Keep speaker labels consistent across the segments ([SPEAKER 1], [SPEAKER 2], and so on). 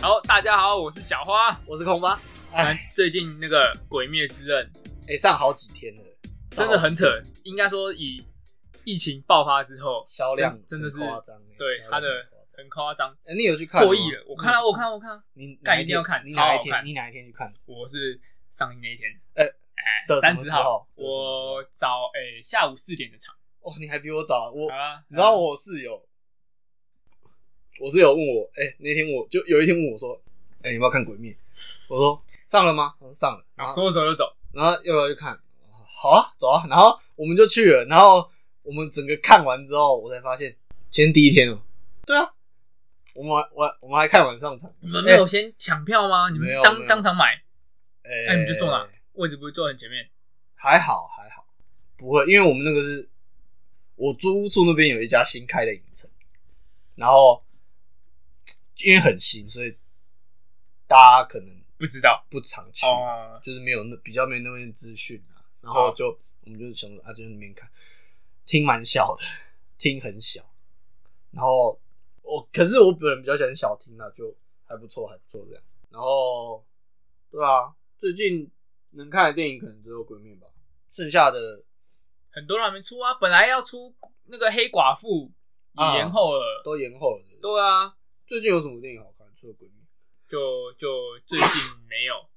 [SPEAKER 1] 好，大家好，我是小花。
[SPEAKER 2] 我是空吧？哎，
[SPEAKER 1] 最近那个《鬼灭之刃
[SPEAKER 2] 哎、上好几天了，》
[SPEAKER 1] 真的很扯，应该说以疫情爆发之后，
[SPEAKER 2] 销量
[SPEAKER 1] 真真的是
[SPEAKER 2] 很夸张欸，
[SPEAKER 1] 对
[SPEAKER 2] 销量
[SPEAKER 1] 它的
[SPEAKER 2] 很夸张
[SPEAKER 1] 很夸张，
[SPEAKER 2] 哎你有去看吗嗯
[SPEAKER 1] 过亿了。我看到，我看到，我看到，
[SPEAKER 2] 你
[SPEAKER 1] 干
[SPEAKER 2] 哪
[SPEAKER 1] 一定要看
[SPEAKER 2] 你哪一
[SPEAKER 1] 超好
[SPEAKER 2] 天？
[SPEAKER 1] 看
[SPEAKER 2] 你哪一天去看？
[SPEAKER 1] 我是上映那一天，
[SPEAKER 2] 呃
[SPEAKER 1] 哎
[SPEAKER 2] 的
[SPEAKER 1] 三
[SPEAKER 2] 什么
[SPEAKER 1] 十
[SPEAKER 2] 时
[SPEAKER 1] 号
[SPEAKER 2] 候，
[SPEAKER 1] 我早哎下午四点的场。
[SPEAKER 2] 哦，你还比我早，我
[SPEAKER 1] 好啊啦，
[SPEAKER 2] 你知道我室友，我室友问我，哎、那天我就有一天问我说，哎、有没有看《鬼灭》？我说上了吗？他说上了，
[SPEAKER 1] 啊，
[SPEAKER 2] 然
[SPEAKER 1] 啊
[SPEAKER 2] 后
[SPEAKER 1] 说走就走，
[SPEAKER 2] 然后要不要去看？好啊，走啊，然后我们就去了，然后我们整个看完之后，我才发现今天第一天哦，对啊，我们还我我们还看晚上场，
[SPEAKER 1] 你们没有先抢票吗？你们是
[SPEAKER 2] 哎没有没
[SPEAKER 1] 当
[SPEAKER 2] 有
[SPEAKER 1] 当场买，
[SPEAKER 2] 哎、
[SPEAKER 1] 那你们就坐哪？位置不是坐很前面？
[SPEAKER 2] 还好还好，不会，因为我们那个是我租屋处那边有一家新开的影城，然后因为很新，所以大家可能
[SPEAKER 1] 不知道
[SPEAKER 2] 不常去，
[SPEAKER 1] 哦，
[SPEAKER 2] 就是没有那比较没有那边资讯啊，然后就、我们就想说啊，就在那边看，听蛮小的，听很小，然后我可是我本人比较喜欢小听啊，就还不错，还不错这样。然后对啊，最近能看的电影可能只有《鬼灭》吧，剩下的
[SPEAKER 1] 很多人还没出啊，本来要出那个黑寡妇也
[SPEAKER 2] 啊
[SPEAKER 1] 延后了，
[SPEAKER 2] 都延后了。对不对
[SPEAKER 1] 对啊，
[SPEAKER 2] 最近有什么电影好看？除了《鬼灭》，
[SPEAKER 1] 就就最近没有，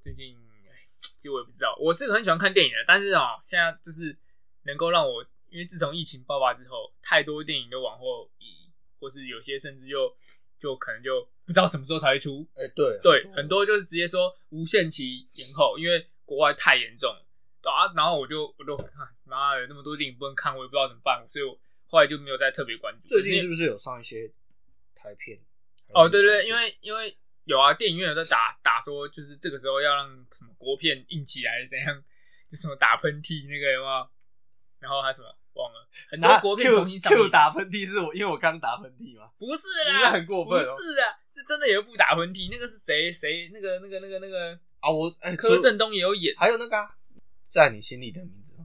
[SPEAKER 1] 最近哎其实我也不知道。我是很喜欢看电影的，但是啊、现在就是能够让我，因为自从疫情爆发之后，太多电影都往后移，或是有些甚至就就可能就不知道什么时候才会出。
[SPEAKER 2] 哎、对
[SPEAKER 1] 对，很多就是直接说无限期延后，因为国外太严重了。对啊，然后我就我就看，妈的，那么多电影不能看，我也不知道怎么办，所以我后来就没有再特别关注。
[SPEAKER 2] 最近
[SPEAKER 1] 因
[SPEAKER 2] 是
[SPEAKER 1] 为
[SPEAKER 2] 不是有上一些台片？
[SPEAKER 1] 哦，对
[SPEAKER 2] 嗯
[SPEAKER 1] 对，对因为因为有啊，电影院有在打打说，就是这个时候要让什么国片硬起来，怎样，就什么打喷嚏那个有没有？然后还有什么忘了，很多
[SPEAKER 2] 拿
[SPEAKER 1] 国片
[SPEAKER 2] Q-
[SPEAKER 1] 重新上映。
[SPEAKER 2] Q 打喷嚏是我，因为我刚打喷嚏嘛。
[SPEAKER 1] 不是
[SPEAKER 2] 你
[SPEAKER 1] 啦，
[SPEAKER 2] 这很过分哦
[SPEAKER 1] 不是啦，是真的有一部打喷嚏，那个是谁谁那个那个那个那个
[SPEAKER 2] 啊，我哎，
[SPEAKER 1] 柯
[SPEAKER 2] 除
[SPEAKER 1] 震东也有演，
[SPEAKER 2] 还有那个、啊、在你心里的名字，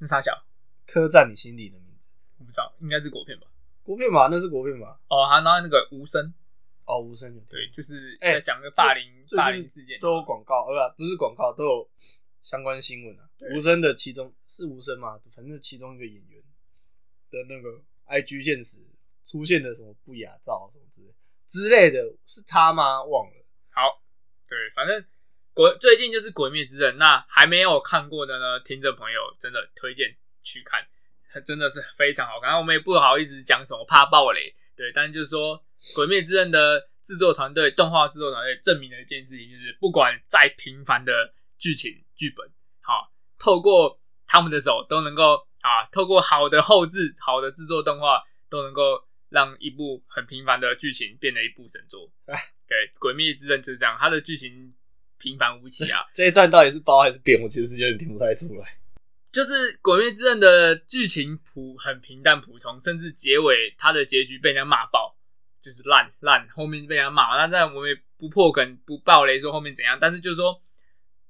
[SPEAKER 1] 那傻小，
[SPEAKER 2] 刻在你心里的名字，
[SPEAKER 1] 我不知道，应该是国片吧？
[SPEAKER 2] 国片吧，那是国片吧？
[SPEAKER 1] 哦，还有那个无声，
[SPEAKER 2] 哦，无声有听
[SPEAKER 1] 对，就是
[SPEAKER 2] 哎
[SPEAKER 1] 在讲个霸凌、
[SPEAKER 2] 最近
[SPEAKER 1] 霸凌事件，
[SPEAKER 2] 都有广告，呃，不是广告，都有相关新闻啊。无声的其中是无声嘛，反正其中一个演员的那个 IG 现实出现了什么不雅照什么之类之类的，是他吗？忘了。
[SPEAKER 1] 好，对，反正国最近就是《鬼灭之刃》，那还没有看过的呢，听着朋友真的推荐去看，真的是非常好看。我们也不好意思讲什么，怕暴雷，对，但就是说《鬼灭之刃》的制作团队、动画制作团队证明了一件事情，就是不管再平凡的剧情剧本，好，透过他们的手都能够啊，透过好的后置、好的制作动画，都能够让一部很平凡的剧情变得一部神作。对，《鬼灭之刃》就是这样，它的剧情平凡无奇啊。
[SPEAKER 2] 这一段到底是包还是扁？我其实有点听不太出来。
[SPEAKER 1] 就是《鬼灭之刃》的剧情普很平淡普通，甚至结尾它的结局被人家骂爆，就是烂烂，后面被人家骂。那在我们也不破梗不爆雷说后面怎样，但是就是说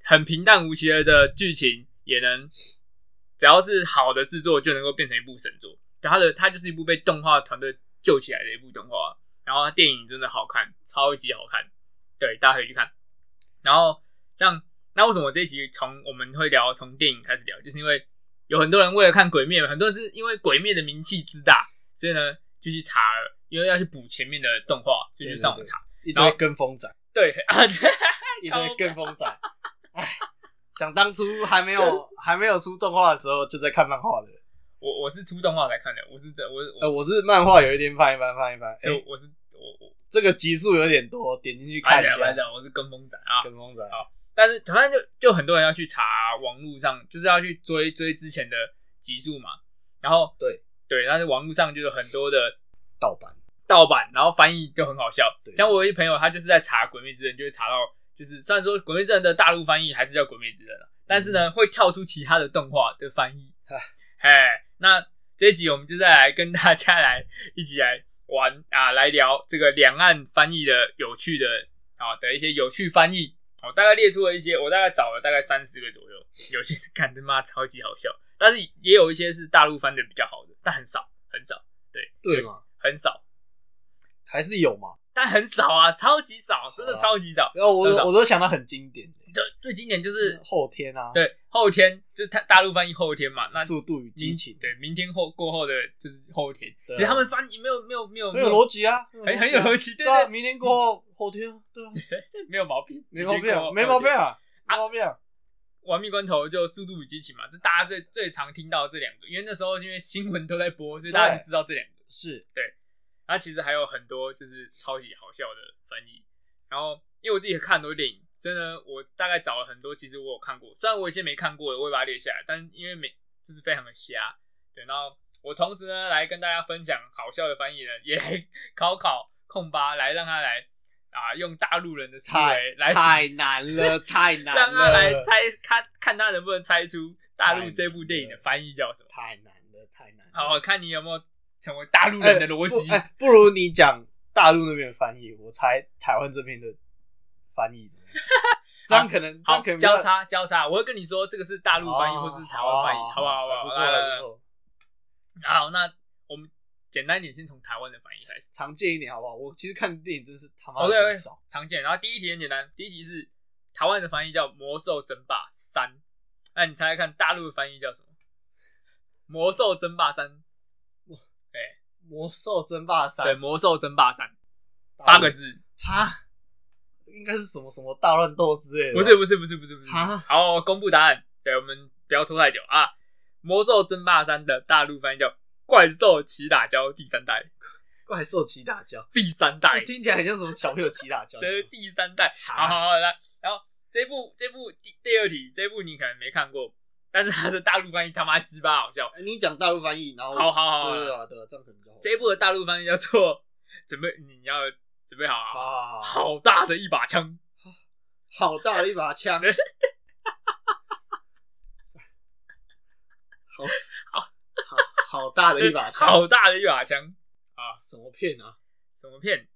[SPEAKER 1] 很平淡无奇的剧情也能，只要是好的制作就能够变成一部神作。对它的它就是一部被动画团队救起来的一部动画，然后它电影真的好看，超级好看，对，大家可以去看。然后像那为什么我这一集从我们会聊从电影开始聊，就是因为有很多人为了看《鬼灭》，很多人是因为《鬼灭》的名气之大，所以呢就去查了，因为要去补前面的动画，就去上网查。
[SPEAKER 2] 一
[SPEAKER 1] 然
[SPEAKER 2] 堆
[SPEAKER 1] 后
[SPEAKER 2] 跟风仔，
[SPEAKER 1] 对，
[SPEAKER 2] 一堆跟风仔。 哎，想当初还没有还没有出动画的时候，就在看漫画的人。
[SPEAKER 1] 我我是出动画才看的，我是这我是
[SPEAKER 2] 呃，
[SPEAKER 1] 我，
[SPEAKER 2] 我是漫画有一天翻一翻翻一翻，哎、
[SPEAKER 1] 所以我是我我
[SPEAKER 2] 这个集数有点多，点进去
[SPEAKER 1] 拍
[SPEAKER 2] 看一
[SPEAKER 1] 起来拍起
[SPEAKER 2] 下。
[SPEAKER 1] 来，我是跟风仔啊。
[SPEAKER 2] 跟风仔，
[SPEAKER 1] 但是反正就就很多人要去查网络上，就是要去追追之前的集数嘛。然后
[SPEAKER 2] 对
[SPEAKER 1] 对，但是网络上就有很多的
[SPEAKER 2] 盗版，
[SPEAKER 1] 盗版，然后翻译就很好笑
[SPEAKER 2] 对。
[SPEAKER 1] 像我有一朋友，他就是在查《鬼灭之刃》，就会查到，就是虽然说《鬼灭之刃》的大陆翻译还是叫《鬼灭之刃》啊，但是呢，会跳出其他的动画的翻译
[SPEAKER 2] 唉。
[SPEAKER 1] 哎，那这一集我们就再来跟大家来一起来玩啊，来聊这个两岸翻译的有趣的啊的一些有趣翻译。我大概列出了一些，我大概找了大概三十个左右， 有些是看他妈超级好笑，但是也有一些是大陆翻的比较好的，但很少很少，对
[SPEAKER 2] 对嘛？
[SPEAKER 1] 很少。
[SPEAKER 2] 还是有嘛？
[SPEAKER 1] 但很少 啊，超级少，真的
[SPEAKER 2] 好啊
[SPEAKER 1] 超级少。
[SPEAKER 2] 然后我
[SPEAKER 1] 真的
[SPEAKER 2] 我都想到很经典的
[SPEAKER 1] 这最经典就是
[SPEAKER 2] 后天啊，，
[SPEAKER 1] 对后天，就是他大陆翻译后天嘛，那
[SPEAKER 2] 速度与
[SPEAKER 1] 明
[SPEAKER 2] 激情，
[SPEAKER 1] 对明天后过后的就是后天。
[SPEAKER 2] 对啊
[SPEAKER 1] 其实他们翻译没有没有没有
[SPEAKER 2] 很有逻，辑啊，
[SPEAKER 1] 很很有
[SPEAKER 2] 辑啊。
[SPEAKER 1] 逻辑，对
[SPEAKER 2] 对啊，
[SPEAKER 1] 对，
[SPEAKER 2] 明天过后后天啊， 对啊，
[SPEAKER 1] 对没有毛病，
[SPEAKER 2] 没毛病
[SPEAKER 1] 明天过
[SPEAKER 2] 啊，
[SPEAKER 1] 后
[SPEAKER 2] 没毛病。
[SPEAKER 1] 后天
[SPEAKER 2] 啊，没毛病啊。
[SPEAKER 1] 玩命关头就《速度与激情》嘛，就大家最最常听到这两个，因为那时候因为新闻都在播，所以大家
[SPEAKER 2] 对
[SPEAKER 1] 就知道这两个。
[SPEAKER 2] 是，
[SPEAKER 1] 它其实还有很多就是超级好笑的翻译。然后因为我自己也看很多电影，所以呢，我大概找了很多，其实我有看过，虽然我有一些没看过的，我会把它列下来，但是因为每就是非常的瞎。对，然后我同时呢来跟大家分享好笑的翻译人，也来 考考控吧，来让他来啊用大陆人的思维来
[SPEAKER 2] 太难了，太难
[SPEAKER 1] 让他
[SPEAKER 2] 了，
[SPEAKER 1] 来猜看看他能不能猜出大陆这部电影的翻译叫什么。
[SPEAKER 2] 太难了，太难了。
[SPEAKER 1] 好，我看你有没有成为大陆人的逻辑。
[SPEAKER 2] 哎不哎不如你讲大陆那边的翻译，我猜台湾这边的翻译怎么样？这样可能，这
[SPEAKER 1] 好
[SPEAKER 2] 样可，能比较
[SPEAKER 1] 交叉交叉，我会跟你说这个是大陆翻译
[SPEAKER 2] 哦
[SPEAKER 1] 或者是台湾翻译，好不好？好不好？
[SPEAKER 2] 不错，
[SPEAKER 1] 来来
[SPEAKER 2] 还
[SPEAKER 1] 来
[SPEAKER 2] 不错，
[SPEAKER 1] 好，那我们简单一点，先从台湾的翻译开始。
[SPEAKER 2] 常见一点好不好？哎我其实看电影真是他妈
[SPEAKER 1] OK，
[SPEAKER 2] 很少，
[SPEAKER 1] 常见。然后第一题很简单，第一题是台湾的翻译叫《魔兽争霸三》，那你猜猜看大陆的翻译叫什么？《魔兽争霸三
[SPEAKER 2] 《魔兽争霸》三》
[SPEAKER 1] 对，《魔兽争霸三》
[SPEAKER 2] 大
[SPEAKER 1] 八
[SPEAKER 2] 陆
[SPEAKER 1] 个字，
[SPEAKER 2] 哈，应该是什么什么大乱斗之类的吧，
[SPEAKER 1] 不是不是不是不是不是。
[SPEAKER 2] 啊
[SPEAKER 1] 好，公布答案。对，我们不要拖太久啊。《魔兽争霸三》的大陆翻译叫《怪兽骑打交第三代》，
[SPEAKER 2] 怪兽骑大脚，
[SPEAKER 1] 第三代。
[SPEAKER 2] 听起来很像什么小朋友骑大脚，
[SPEAKER 1] 这是第三代。好
[SPEAKER 2] 好啊
[SPEAKER 1] 好好，来，然后这部这部第第二题，这部你可能没看过，但是它的大陆翻译他妈鸡巴好笑。
[SPEAKER 2] 哎你讲大陆翻译，然后
[SPEAKER 1] 好好好，
[SPEAKER 2] 对对
[SPEAKER 1] 好
[SPEAKER 2] 啊对啊，这样可能比较好。
[SPEAKER 1] 这一部的大陆翻译叫做准备，你要准备好
[SPEAKER 2] 好
[SPEAKER 1] 啊！
[SPEAKER 2] 好好好
[SPEAKER 1] 好大的一把枪，
[SPEAKER 2] 好大的一把枪， 好好好大的一把枪，
[SPEAKER 1] 好大的一把枪，
[SPEAKER 2] 什么片啊？
[SPEAKER 1] 什么片？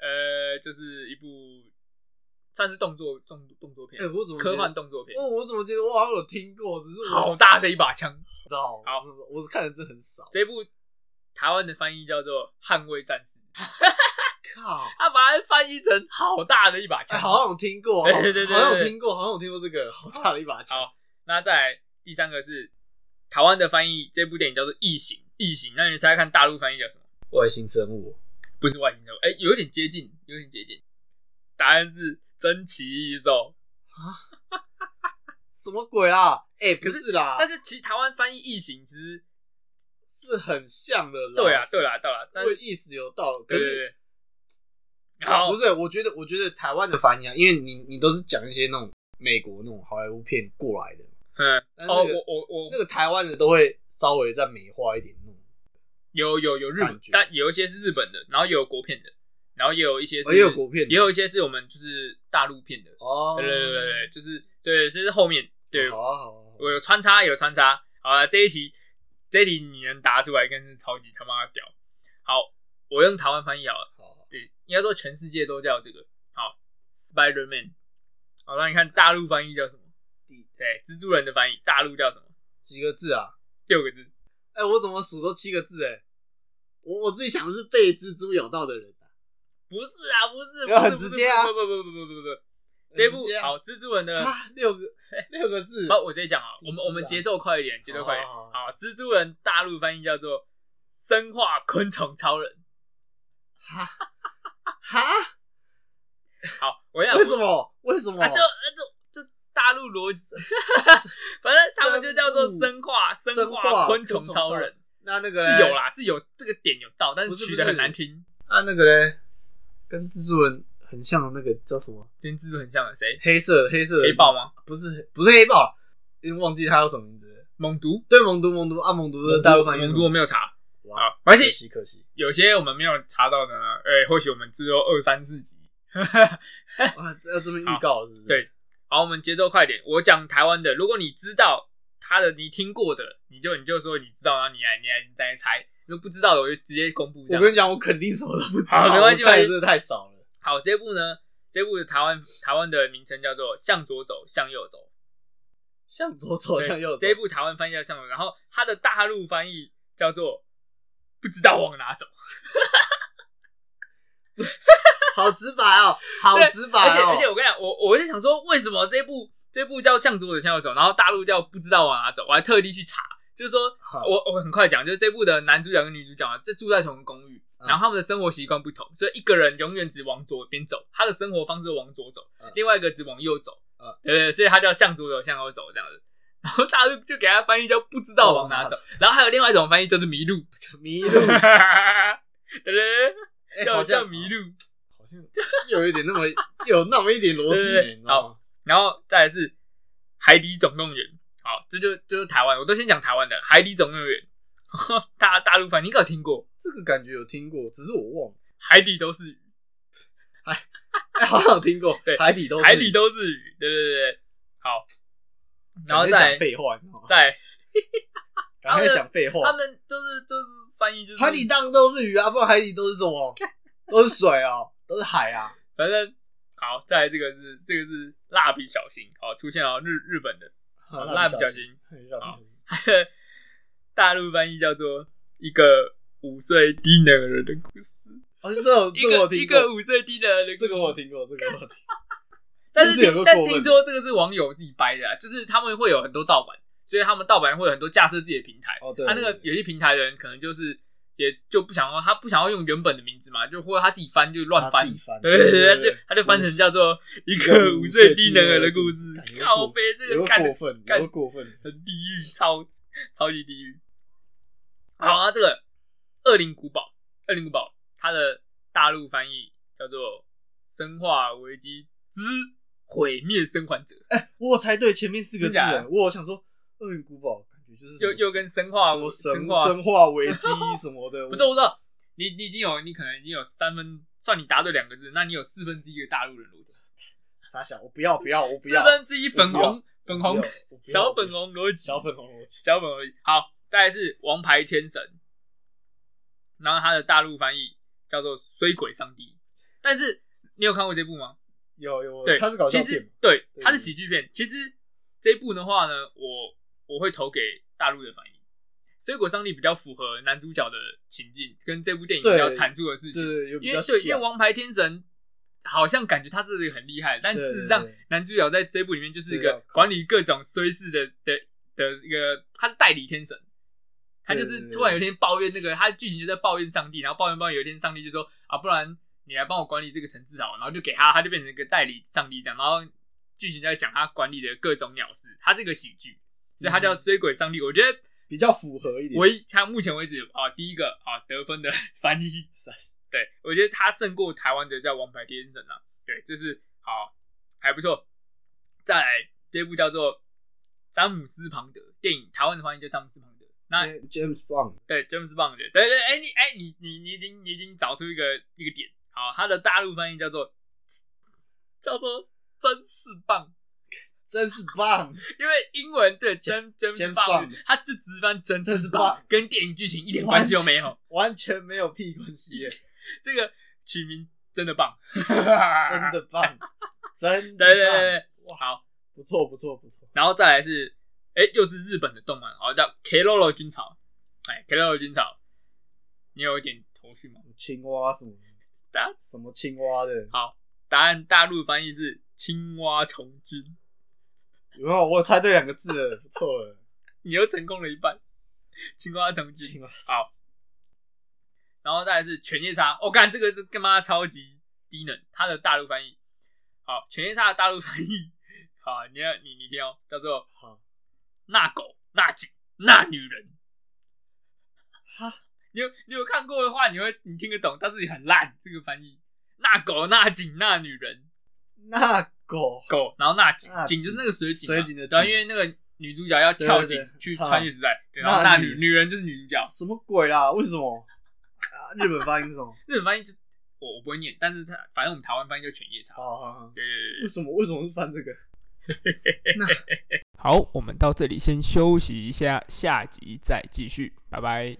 [SPEAKER 1] 呃，就是一部算是动作动动作片
[SPEAKER 2] 哎，，我怎么觉得
[SPEAKER 1] 科幻？动作片。
[SPEAKER 2] 哦，我怎么觉得我好像有听过，只是我
[SPEAKER 1] 好大的一把枪，
[SPEAKER 2] 知道，
[SPEAKER 1] 好
[SPEAKER 2] 我我是看的真很少。
[SPEAKER 1] 这部台湾的翻译叫做《捍卫战士》，
[SPEAKER 2] 靠，
[SPEAKER 1] 他把它翻译成“好大的一把
[SPEAKER 2] 哎，
[SPEAKER 1] 枪”。
[SPEAKER 2] 好像有听过，
[SPEAKER 1] 对对对对
[SPEAKER 2] 好像有听过，好像有听过这个好大的一把枪。
[SPEAKER 1] 好那再来第三个是台湾的翻译，这部电影叫做《异形》。异形，那你猜猜看大陆翻译叫什么？
[SPEAKER 2] 外星生物，
[SPEAKER 1] 不是外星人，哎、有点接近，有点接近。答案是珍奇异兽。
[SPEAKER 2] 什么鬼啦？哎，不是啦，
[SPEAKER 1] 但是其实台湾翻译异形，其实
[SPEAKER 2] 是很像的啦。
[SPEAKER 1] 对啊，对，啦，对啦，但
[SPEAKER 2] 我
[SPEAKER 1] 是
[SPEAKER 2] 意思有道，可
[SPEAKER 1] 对
[SPEAKER 2] 是
[SPEAKER 1] 对哦对。好
[SPEAKER 2] 不，是，我觉得，我觉得台湾的翻译啊，因为你你都是讲一些那种美国那种好莱坞片过来的，
[SPEAKER 1] 嗯，
[SPEAKER 2] 但是
[SPEAKER 1] 哦，
[SPEAKER 2] 那个、
[SPEAKER 1] 我我我
[SPEAKER 2] 那个台湾的都会稍微再美化一点那种，
[SPEAKER 1] 有有有日本
[SPEAKER 2] 感觉，
[SPEAKER 1] 但有一些是日本的，然后也有国片的，然后也有一些是、
[SPEAKER 2] 哦也有国片的
[SPEAKER 1] 也有一些是我们就是大陆片的。
[SPEAKER 2] 哦
[SPEAKER 1] 对对对对对，就是对，这是后面对
[SPEAKER 2] 好啊好啊，
[SPEAKER 1] 我有穿插，有穿插。好了，这一题，这一题你能答出来，更是超级他妈屌。好，我用台湾翻译好了。
[SPEAKER 2] 好啊
[SPEAKER 1] 对，应该说全世界都叫这个。好，Spider Man。好，那你看大陆翻译叫什么？
[SPEAKER 2] 第
[SPEAKER 1] 对，蜘蛛人的翻译，大陆叫什么？
[SPEAKER 2] 几个字啊？
[SPEAKER 1] 六个字。
[SPEAKER 2] 哎、我怎么数都七个字哎、我我自己想的是被蜘蛛咬到的人、啊，
[SPEAKER 1] 不是啊，不是，不
[SPEAKER 2] 没
[SPEAKER 1] 是
[SPEAKER 2] 有很直接啊
[SPEAKER 1] 不不不不不不不不，这部
[SPEAKER 2] 很直接啊
[SPEAKER 1] 好蜘蛛人 的。
[SPEAKER 2] 啊，六个六个字，
[SPEAKER 1] 好，我直接讲啊，我们我们节奏快一点，节奏快一点。
[SPEAKER 2] 好好好
[SPEAKER 1] 好，蜘蛛人大陆翻译叫做生化昆虫超人。
[SPEAKER 2] 哈？
[SPEAKER 1] 好，我要
[SPEAKER 2] 为什么？为什么？
[SPEAKER 1] 啊，就啊就就大陆逻 辑，反正他们就叫做生化
[SPEAKER 2] 生物
[SPEAKER 1] 生
[SPEAKER 2] 生
[SPEAKER 1] 化
[SPEAKER 2] 化
[SPEAKER 1] 昆虫
[SPEAKER 2] 昆虫
[SPEAKER 1] 超
[SPEAKER 2] 超
[SPEAKER 1] 人
[SPEAKER 2] 人，那那个嘞
[SPEAKER 1] 是有，啦，是有这个点有到，但是
[SPEAKER 2] 不是
[SPEAKER 1] 取
[SPEAKER 2] 不
[SPEAKER 1] 的很
[SPEAKER 2] 是
[SPEAKER 1] 难听。
[SPEAKER 2] 啊那个嘞，跟蜘蛛人很像的那个叫什么？
[SPEAKER 1] 今天蜘蛛很像的谁？
[SPEAKER 2] 黑色的黑色的
[SPEAKER 1] 黑豹吗？
[SPEAKER 2] 不是不是黑豹，啊因为忘记他叫什么名字了。
[SPEAKER 1] 猛毒？
[SPEAKER 2] 对，蒙毒蒙毒啊，蒙毒的大陆翻译是
[SPEAKER 1] 猛
[SPEAKER 2] 什
[SPEAKER 1] 毒我
[SPEAKER 2] 么
[SPEAKER 1] 没有查
[SPEAKER 2] 哇，
[SPEAKER 1] 啊，而
[SPEAKER 2] 可
[SPEAKER 1] 且
[SPEAKER 2] 惜 可惜
[SPEAKER 1] 有些我们没有查到的呢，哎，或许我们只有二三四集。
[SPEAKER 2] 啊，这要这边预告了是不是？
[SPEAKER 1] 对好，我们节奏快点。我讲台湾的，如果你知道他的，你听过的，你就你就说你知道，然后你来你来你来猜。如果不知道的，我就直接公布这
[SPEAKER 2] 我
[SPEAKER 1] 样。
[SPEAKER 2] 跟你讲，我肯定什么都不知
[SPEAKER 1] 好
[SPEAKER 2] 道，
[SPEAKER 1] 没关系
[SPEAKER 2] 我看
[SPEAKER 1] 没关
[SPEAKER 2] 的
[SPEAKER 1] 系
[SPEAKER 2] 真的太少了。
[SPEAKER 1] 好，这部呢，这部的台湾台湾的名称叫做《向左走，向右走》。
[SPEAKER 2] 向左走，哦向右走，
[SPEAKER 1] 这一部台湾翻译叫《向左》，然后它的大陆翻译叫做“不知道往哪走
[SPEAKER 2] 好直白哦，好
[SPEAKER 1] 对
[SPEAKER 2] 直白
[SPEAKER 1] 而且
[SPEAKER 2] 哦。
[SPEAKER 1] 而且我跟你讲，我我就想说，为什么这部这部叫向左走向右走，然后大陆叫不知道往哪走，我还特地去查，就是说
[SPEAKER 2] 好
[SPEAKER 1] 我我很快讲，就是这部的男主角跟女主角啊，这住在同一个公寓，
[SPEAKER 2] 嗯
[SPEAKER 1] 然后他们的生活习惯不同，所以一个人永远只往左边走，他的生活方式往左走
[SPEAKER 2] 嗯，
[SPEAKER 1] 另外一个只往右走
[SPEAKER 2] 嗯，
[SPEAKER 1] 对对，对所以他叫向左走向右走这样子。然后大陆就给他翻译叫不知道往哪走，
[SPEAKER 2] 哦
[SPEAKER 1] 然后还有另外一种翻译叫做迷 路，
[SPEAKER 2] 迷
[SPEAKER 1] 对
[SPEAKER 2] 路，
[SPEAKER 1] 对对
[SPEAKER 2] 哎
[SPEAKER 1] 叫
[SPEAKER 2] 好
[SPEAKER 1] 叫
[SPEAKER 2] 像
[SPEAKER 1] 迷，路。
[SPEAKER 2] 好像又有一点那么 有那么一点逻
[SPEAKER 1] 对对
[SPEAKER 2] 辑，
[SPEAKER 1] 对
[SPEAKER 2] 你知道吗？
[SPEAKER 1] 然后再来是《海底总动员》。好，这就就是台湾，我都先讲台湾的《海底总动员》 大大陆翻，你应该有听过，《
[SPEAKER 2] 这个感觉有听过，只是我忘了。
[SPEAKER 1] 海底都是鱼
[SPEAKER 2] 哎，好像有听过，
[SPEAKER 1] 对
[SPEAKER 2] 海底都》，是
[SPEAKER 1] 海底都是鱼，对对对对，好，然后
[SPEAKER 2] 感觉
[SPEAKER 1] 再
[SPEAKER 2] 讲废话，你知道吗？
[SPEAKER 1] 再
[SPEAKER 2] 赶快讲废
[SPEAKER 1] 他
[SPEAKER 2] 话。
[SPEAKER 1] 们就是就是翻译就是
[SPEAKER 2] 海底当然都是鱼啊，不然海底都是 什么？都是水哦，都是海啊。
[SPEAKER 1] 反正好，再来这个是这个是蜡笔小新，好出现了日日本的好
[SPEAKER 2] 啊
[SPEAKER 1] 蜡笔小，新， 好
[SPEAKER 2] 好，
[SPEAKER 1] 大陆翻译叫做一个五岁低能儿的故事，
[SPEAKER 2] 哦，这个
[SPEAKER 1] 一
[SPEAKER 2] 这个我
[SPEAKER 1] 个一
[SPEAKER 2] 听
[SPEAKER 1] 个
[SPEAKER 2] 过，
[SPEAKER 1] 五岁低能儿的故
[SPEAKER 2] 这
[SPEAKER 1] 事
[SPEAKER 2] 个我听过，这个我听过。
[SPEAKER 1] 但
[SPEAKER 2] 是
[SPEAKER 1] 是
[SPEAKER 2] 不是有
[SPEAKER 1] 听
[SPEAKER 2] 个
[SPEAKER 1] 但
[SPEAKER 2] 过分
[SPEAKER 1] 听说这个是网友自己掰的啊，就是他们会有很多盗版，所以他们盗版会有很多架设自己的平台。
[SPEAKER 2] 哦对
[SPEAKER 1] 他、那个
[SPEAKER 2] 对
[SPEAKER 1] 有些平台的人可能就是也就不想要，他不想要用原本的名字嘛，就或者他自己翻就 乱
[SPEAKER 2] 他
[SPEAKER 1] 翻
[SPEAKER 2] 自。己翻，
[SPEAKER 1] 对对对，他
[SPEAKER 2] 对
[SPEAKER 1] 就他就翻成叫做《一
[SPEAKER 2] 个
[SPEAKER 1] 个
[SPEAKER 2] 五
[SPEAKER 1] 五
[SPEAKER 2] 岁
[SPEAKER 1] 岁
[SPEAKER 2] 低
[SPEAKER 1] 低
[SPEAKER 2] 能
[SPEAKER 1] 能
[SPEAKER 2] 儿
[SPEAKER 1] 儿
[SPEAKER 2] 的
[SPEAKER 1] 的
[SPEAKER 2] 故
[SPEAKER 1] 故
[SPEAKER 2] 事
[SPEAKER 1] 事
[SPEAKER 2] 感觉》有，点
[SPEAKER 1] 靠背这
[SPEAKER 2] 有
[SPEAKER 1] 个
[SPEAKER 2] 点
[SPEAKER 1] 看
[SPEAKER 2] 过分，有
[SPEAKER 1] 干
[SPEAKER 2] 点过分。
[SPEAKER 1] 很地狱，超超级地狱。好，那这个《恶灵古堡》，《恶灵古堡》它的大陆翻译叫做《生化危机之毁灭生还者
[SPEAKER 2] 我才对前面四个
[SPEAKER 1] 真
[SPEAKER 2] 字
[SPEAKER 1] 假的啊
[SPEAKER 2] 欸，我想说《恶灵古堡》感觉就是》，什
[SPEAKER 1] 又
[SPEAKER 2] 么
[SPEAKER 1] 又跟生化
[SPEAKER 2] 什么神
[SPEAKER 1] 生化
[SPEAKER 2] 生化危 机什么的，
[SPEAKER 1] 不是我知道，你你已经有你可能已经有三分，算你答对两个字，那你有四分之一个大陆人逻辑，
[SPEAKER 2] 傻小，我不要不要我不
[SPEAKER 1] 四
[SPEAKER 2] 要
[SPEAKER 1] 分之一粉
[SPEAKER 2] 我不
[SPEAKER 1] 红粉红
[SPEAKER 2] 我不要我不
[SPEAKER 1] 小粉
[SPEAKER 2] 要我不要
[SPEAKER 1] 红逻辑，
[SPEAKER 2] 小粉红逻辑，
[SPEAKER 1] 小粉而已。好，再来是《王牌天神》，然后它的大陆翻译叫做《衰鬼上帝》，但是你有看过这部吗？
[SPEAKER 2] 有有
[SPEAKER 1] 对，
[SPEAKER 2] 哦他是搞笑
[SPEAKER 1] 其
[SPEAKER 2] 片
[SPEAKER 1] 实
[SPEAKER 2] 嘛，
[SPEAKER 1] 对，
[SPEAKER 2] 对
[SPEAKER 1] 它是喜剧片。其实这部的话呢，我我会投给大陆的翻译，《衰鬼上帝》比较符合男主角的情境，跟这部电影
[SPEAKER 2] 对
[SPEAKER 1] 要阐述的事
[SPEAKER 2] 对
[SPEAKER 1] 情。
[SPEAKER 2] 对，有比
[SPEAKER 1] 因
[SPEAKER 2] 较
[SPEAKER 1] 为
[SPEAKER 2] 像
[SPEAKER 1] 对，因为《王牌天神》好像感觉他是一个很厉害的，但
[SPEAKER 2] 对对
[SPEAKER 1] 事实上
[SPEAKER 2] 对
[SPEAKER 1] 男主角在这部里面就是一
[SPEAKER 2] 是要啊
[SPEAKER 1] 个
[SPEAKER 2] 靠
[SPEAKER 1] 管理各种衰事的的的一个，他是代理天神。他就
[SPEAKER 2] 对对
[SPEAKER 1] 是
[SPEAKER 2] 对
[SPEAKER 1] 突然有一天抱怨那个，他剧情就在抱怨上帝，然后抱怨抱怨，有一天上帝就说啊，不然你来帮我管理这个城市好了，然后就给他，他就变成一个代理上帝这样，然后剧情在讲他管理的各种鸟事，他是一个喜剧，所以他叫
[SPEAKER 2] 嗯
[SPEAKER 1] 衰鬼上帝。我觉得
[SPEAKER 2] 比较符合一点，
[SPEAKER 1] 唯一他目前为止啊，第一个啊得分的 翻译，
[SPEAKER 2] 啊
[SPEAKER 1] 对我觉得他胜过台湾的叫《王牌天神》啊，对，这是好还不错。再来这部叫做《詹姆斯·庞德》电影，台湾的翻译叫《詹姆斯·庞德》。那
[SPEAKER 2] James Bond
[SPEAKER 1] 对 James Bond 的，对对，哎、你哎、你你你已经你已经找出一个一个点，好，它的大陆翻译叫做叫做真是棒，
[SPEAKER 2] 真是棒，
[SPEAKER 1] 因为英文对 James
[SPEAKER 2] James
[SPEAKER 1] James
[SPEAKER 2] Bond
[SPEAKER 1] Bond，它就直翻真
[SPEAKER 2] 真
[SPEAKER 1] 是
[SPEAKER 2] 是
[SPEAKER 1] 棒
[SPEAKER 2] 棒，
[SPEAKER 1] 跟电影剧情一点
[SPEAKER 2] 完
[SPEAKER 1] 关系都没有。
[SPEAKER 2] 完全没有屁欸关系耶，
[SPEAKER 1] 这个取名真的棒，
[SPEAKER 2] 真
[SPEAKER 1] 真。
[SPEAKER 2] 的棒，真的
[SPEAKER 1] 对对对
[SPEAKER 2] 棒，
[SPEAKER 1] 对，好，
[SPEAKER 2] 不错不错不错，
[SPEAKER 1] 然后再来是，哎、又是日本的动漫，哦，叫《K l o l 军曹》。哎，《K l o l 军曹》，你有一点头绪吗？
[SPEAKER 2] 青蛙什么
[SPEAKER 1] 答
[SPEAKER 2] 什么青蛙的，
[SPEAKER 1] 好，答案大陆翻译是青蛙从军，
[SPEAKER 2] 有没有？我猜对两个字了，不 错了。
[SPEAKER 1] 你又成功了一半。青蛙从军，
[SPEAKER 2] 青蛙
[SPEAKER 1] 好。然后再来是犬夜叉，我、哦、干这个是干嘛超级低能，它的大陆翻译，好，犬夜叉的大陆翻译，好，你要你你听哦，叫做
[SPEAKER 2] 好
[SPEAKER 1] 那狗、那警、那女人。
[SPEAKER 2] 哈，
[SPEAKER 1] 你有你有看过的话，你会你听得懂，但是很烂这个翻译。那狗、那警、那女人，
[SPEAKER 2] 那狗
[SPEAKER 1] 狗，然后那井
[SPEAKER 2] 那，井
[SPEAKER 1] 井就是那个水井嘛，啊
[SPEAKER 2] 水井的井
[SPEAKER 1] 然后因为那个女主角要跳井
[SPEAKER 2] 对对对
[SPEAKER 1] 去穿越时代，对，然后
[SPEAKER 2] 那
[SPEAKER 1] 那
[SPEAKER 2] 女
[SPEAKER 1] 女女人就是女主角。
[SPEAKER 2] 什么鬼啦？为什么？啊日本发音是什么？
[SPEAKER 1] 日本翻译就是我我不会念，但是它反正我们台湾翻译就犬夜叉。
[SPEAKER 2] 好好好，
[SPEAKER 1] 对对对
[SPEAKER 2] 为
[SPEAKER 1] 对。
[SPEAKER 2] 什么？为什么是翻这个？
[SPEAKER 1] 好，我们到这里先休息一下，下集再继续，拜拜。